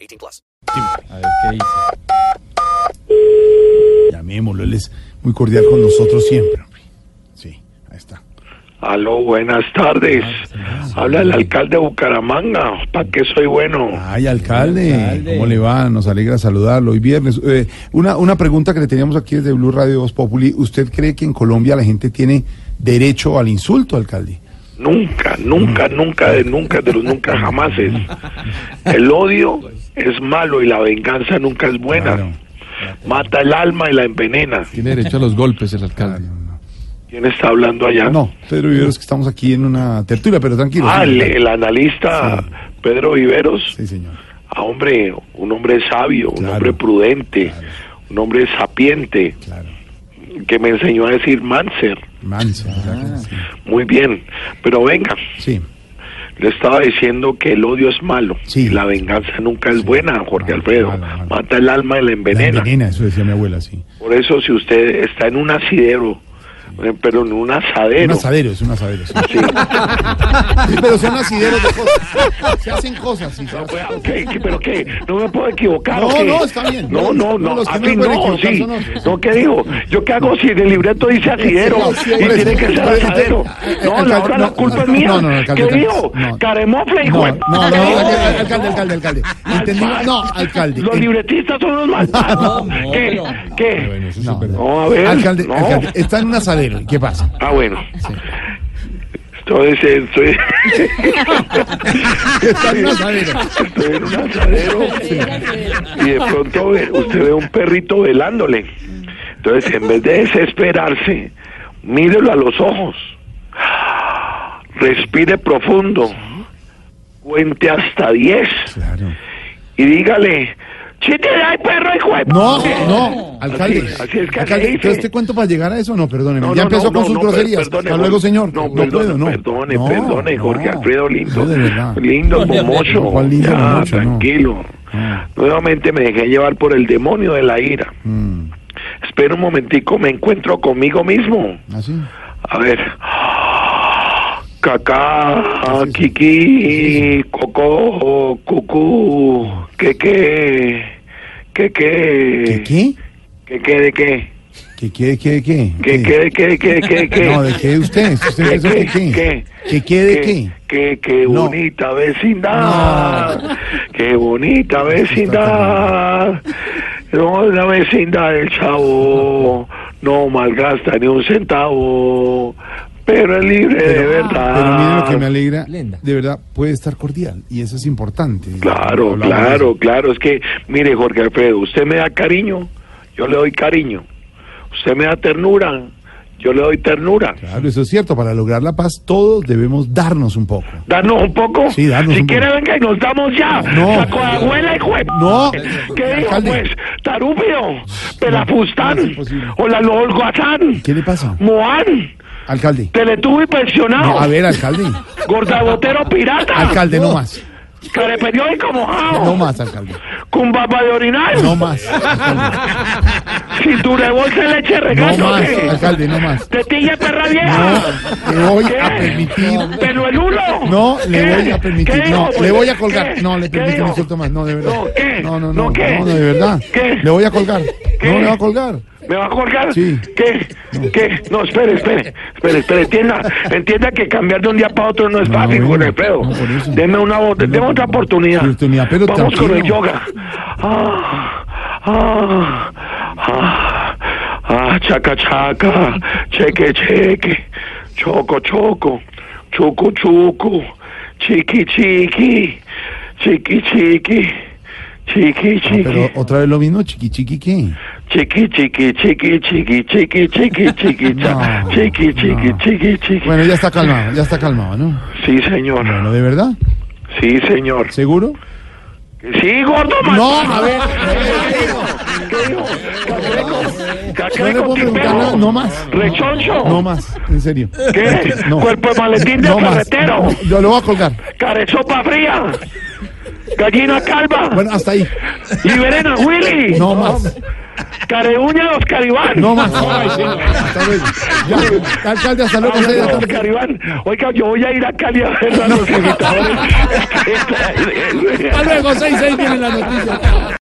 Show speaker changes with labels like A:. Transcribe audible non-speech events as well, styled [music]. A: 18 plus.
B: A ver qué dice. Llamémoslo, él es muy cordial con nosotros siempre. hombre. Sí, ahí está.
C: Aló, buenas tardes. Habla el alcalde de Bucaramanga. ¿Para qué soy bueno?
B: Ay, alcalde, ¿cómo le va? Nos alegra saludarlo hoy viernes. Eh, una, una pregunta que le teníamos aquí desde Blue Radio Voz Populi. ¿Usted cree que en Colombia la gente tiene derecho al insulto, alcalde?
C: Nunca, nunca, nunca, de nunca, de los nunca jamás es. El odio es malo y la venganza nunca es
B: Claro.
C: buena. Mata el alma y la envenena.
D: Tiene derecho a los golpes el alcalde.
C: ¿Quién está hablando allá?
B: No, Pedro Viveros, que estamos aquí en una tertulia, pero tranquilo.
C: Ah,
B: sí,
C: el, el analista Pedro Viveros.
B: Sí, señor.
C: Ah, hombre, un hombre sabio, un
B: Claro.
C: hombre prudente, un hombre sapiente,
B: Claro.
C: que me enseñó a decir Manser.
B: Manso. ¿verdad?
C: Muy bien, pero venga.
B: Sí.
C: Le estaba diciendo que el odio es malo
B: Sí.
C: y la venganza nunca es buena, Jorge
B: Malo,
C: Alfredo.
B: malo, malo.
C: Mata el alma y la
B: La
C: envenena.
B: envenena, eso decía mi abuela, sí.
C: Por eso si usted está en un asidero, eh, pero en un
B: Un
C: asadero,
B: asadero, es un asadero.
C: [laughs]
B: Sí. Sí, pero son asideros de cosas. Se hacen cosas. sí, se
C: No,
B: hacen.
C: pues, ¿qué? ¿Qué? ¿Pero qué? ¿No me puedo equivocar?
B: No,
C: ¿o qué?
B: no, está bien.
C: No,
B: No,
C: no, no.
B: los que
C: a
B: no
C: mí
B: pueden
C: no,
B: equivocarse
C: sí.
B: son otros.
C: No, ¿qué dijo? ¿Yo qué hago si en el libreto dice asidero
B: Sí, sí,
C: y
B: sí,
C: tiene
B: sí.
C: que ser
B: Pero,
C: asadero?
B: eh, eh,
C: No,
B: alcalde,
C: la hora
B: no,
C: la culpa es
B: no,
C: mía.
B: no, no, alcalde,
C: ¿Qué
B: alcalde,
C: dijo?
B: no.
C: Caremofle, hijo.
B: No,
C: de-
B: no, no,
C: ¿Qué dijo?
B: alcalde, alcalde, alcalde, alcalde. Entendimos- No, alcalde.
C: Los
B: en-
C: libretistas son los malvados. ¿Qué? ¿Qué?
D: Bueno, eso
B: No,
D: es verdad.
C: No, a ver.
B: Alcalde,
C: no.
B: alcalde, está en un asadero. ¿y ¿Qué pasa?
C: Ah, bueno. Entonces, eh, estoy,
B: Está en un asadero.
C: estoy en un asadero y de pronto ve- usted ve un perrito velándole. Entonces, en vez de desesperarse, mírelo a los ojos. Respire profundo. Cuente hasta 10
B: Claro.
C: y dígale, ¡Chiste, ay, perro, hijo de
B: No, no, alcalde.
C: Así- así es que
B: alcalde,
C: así dice.
B: ¿pero este cuento para llegar a eso? No, perdóneme.
C: No,
B: ya
C: no,
B: empezó
C: no,
B: con
C: no,
B: sus
C: no,
B: groserías.
C: perdone,
B: Hasta luego, señor.
C: No, perdone,
B: puedo, no.
C: perdone,
B: No,
C: perdone, Jorge
B: no.
C: Alfredo Lindo.
B: No, de verdad.
C: Lindo, momocho.
B: No, ¿cuál lindo,
C: Ya,
B: momocho? No.
C: tranquilo.
B: No.
C: Nuevamente me dejé llevar por el demonio de la ira.
B: Mm,
C: Espera un momentico, me encuentro conmigo mismo.
B: ¿Así?
C: A ver. Cacá, kiki, coco, cucú, que qué, que
B: ¿Qué,
C: qué,
B: qué?
C: que qué, de qué,
B: ¿Qué, qué, qué, qué?
C: que qué, de qué, que qué, qué.
B: No, ¿de qué usted? ¿Usted
C: ¿Qué,
B: empezó
C: qué,
B: con qué?
C: qué?
B: ¿Qué, qué, de qué?
C: Qué, qué
B: No.
C: bonita vecindad. Qué bonita vecindad. No, la vecindad del chavo no malgasta ni un centavo, pero es libre de verdad.
B: Pero mire lo que
C: Ah,
B: me alegra, de verdad, puede estar cordial, y eso es importante.
C: Claro,
B: Hablamos de
C: claro,
B: eso.
C: claro. Es que, mire, Jorge Alfredo, usted me da cariño, yo le doy cariño. Usted me da ternura, yo le doy ternura.
B: Claro, eso es cierto, para lograr la paz todos debemos darnos un poco.
C: ¿Darnos un poco?
B: Sí, darnos
C: si
B: un
C: quiere,
B: poco.
C: venga y nos damos ya.
B: No.
C: Saco a abuela y juez.
B: No.
C: ¿Qué dijo,
B: Alcalde.
C: pues? Tarúpido,
B: no es
C: Pelafustán,
B: imposible.
C: Olalolguatán,
B: ¿Qué le pasa?
C: Moán,
B: Alcalde.
C: Teletubi pensionado,
B: No, a ver, alcalde.
C: Gordabotero pirata,
B: Alcalde, no más.
C: Careperiódico mojado,
B: No más, alcalde.
C: Cumbamba de orinal,
B: No más. Alcalde.
C: Cintura de bolsa de leche
B: No
C: regando,
B: más,
C: ¿qué?
B: alcalde, no más.
C: Tetilla de perra
B: No,
C: vieja.
B: le voy
C: ¿Qué?
B: a permitir.
C: ¿Penuelulo?
B: No, le
C: ¿Qué?
B: voy a permitir.
C: ¿Qué
B: No,
C: dijo,
B: le
C: pues?
B: voy a colgar.
C: ¿Qué?
B: No, le
C: ¿Qué
B: permito un
C: dijo?
B: insulto más. No, de verdad.
C: No, ¿qué?
B: No, no, no.
C: No, ¿qué?
B: No, de verdad.
C: ¿Qué?
B: Le voy a colgar.
C: ¿Qué?
B: No, le voy a colgar.
C: ¿Me va a colgar?
B: Sí.
C: ¿Qué? ¿Qué? No, espere, espere. Espere, espere. Entienda, entienda que cambiar de un día para otro no es
B: No,
C: fácil,
B: Ah, bueno,
C: con el pedo.
B: no, por eso.
C: Deme una vo-
B: No,
C: deme otra
B: no, no.
C: oportunidad.
B: Oportunidad, pero
C: Vamos con el
B: tranquilo.
C: yoga. Ah, ah, ah, ah, chaca, chaca, cheque, cheque, choco, choco, chucu, chucu, chiqui, chiqui, chiqui, chiqui, chiqui,
B: No,
C: chiqui.
B: Ah, pero otra vez lo mismo, chiqui chiqui qué.
C: Chiqui, chiqui, chiqui, chiqui,
B: [laughs]
C: chiqui, chiqui, chiqui, cha-
B: No,
C: chiqui, chiqui,
B: no.
C: chiqui, chiqui.
B: Bueno, ya está calmado, ya está calmado, ¿no?
C: Sí, señor.
B: Bueno, ¿de verdad?
C: Sí, señor.
B: ¿Seguro?
C: Que sí, gordo, man.
B: No, a ver,
C: ¿Qué dijo? ¿Qué dijo? Cacreco,
B: no le
C: Cacreco,
B: puedo preguntar
C: tipejo.
B: nada, no más.
C: Rechoncho.
B: No más, en serio.
C: ¿Qué?
B: No.
C: Cuerpo de maletín de
B: No más.
C: carretero.
B: No, yo lo voy a colgar.
C: Carezopa fría. Gallina calva.
B: Bueno, hasta ahí.
C: Liberen a Willy.
B: No más.
C: Careuña de Oscar Iván.
B: No más. Hasta luego. Ya, alcalde, hasta luego. seis de
C: Hablando
B: la
C: de
B: tarde.
C: Oscar Iván. Oiga, yo voy a ir a Cali a
B: [laughs]
C: [laughs] ver a los invitadores.
B: Hasta luego, seis, seis, vienen las noticias.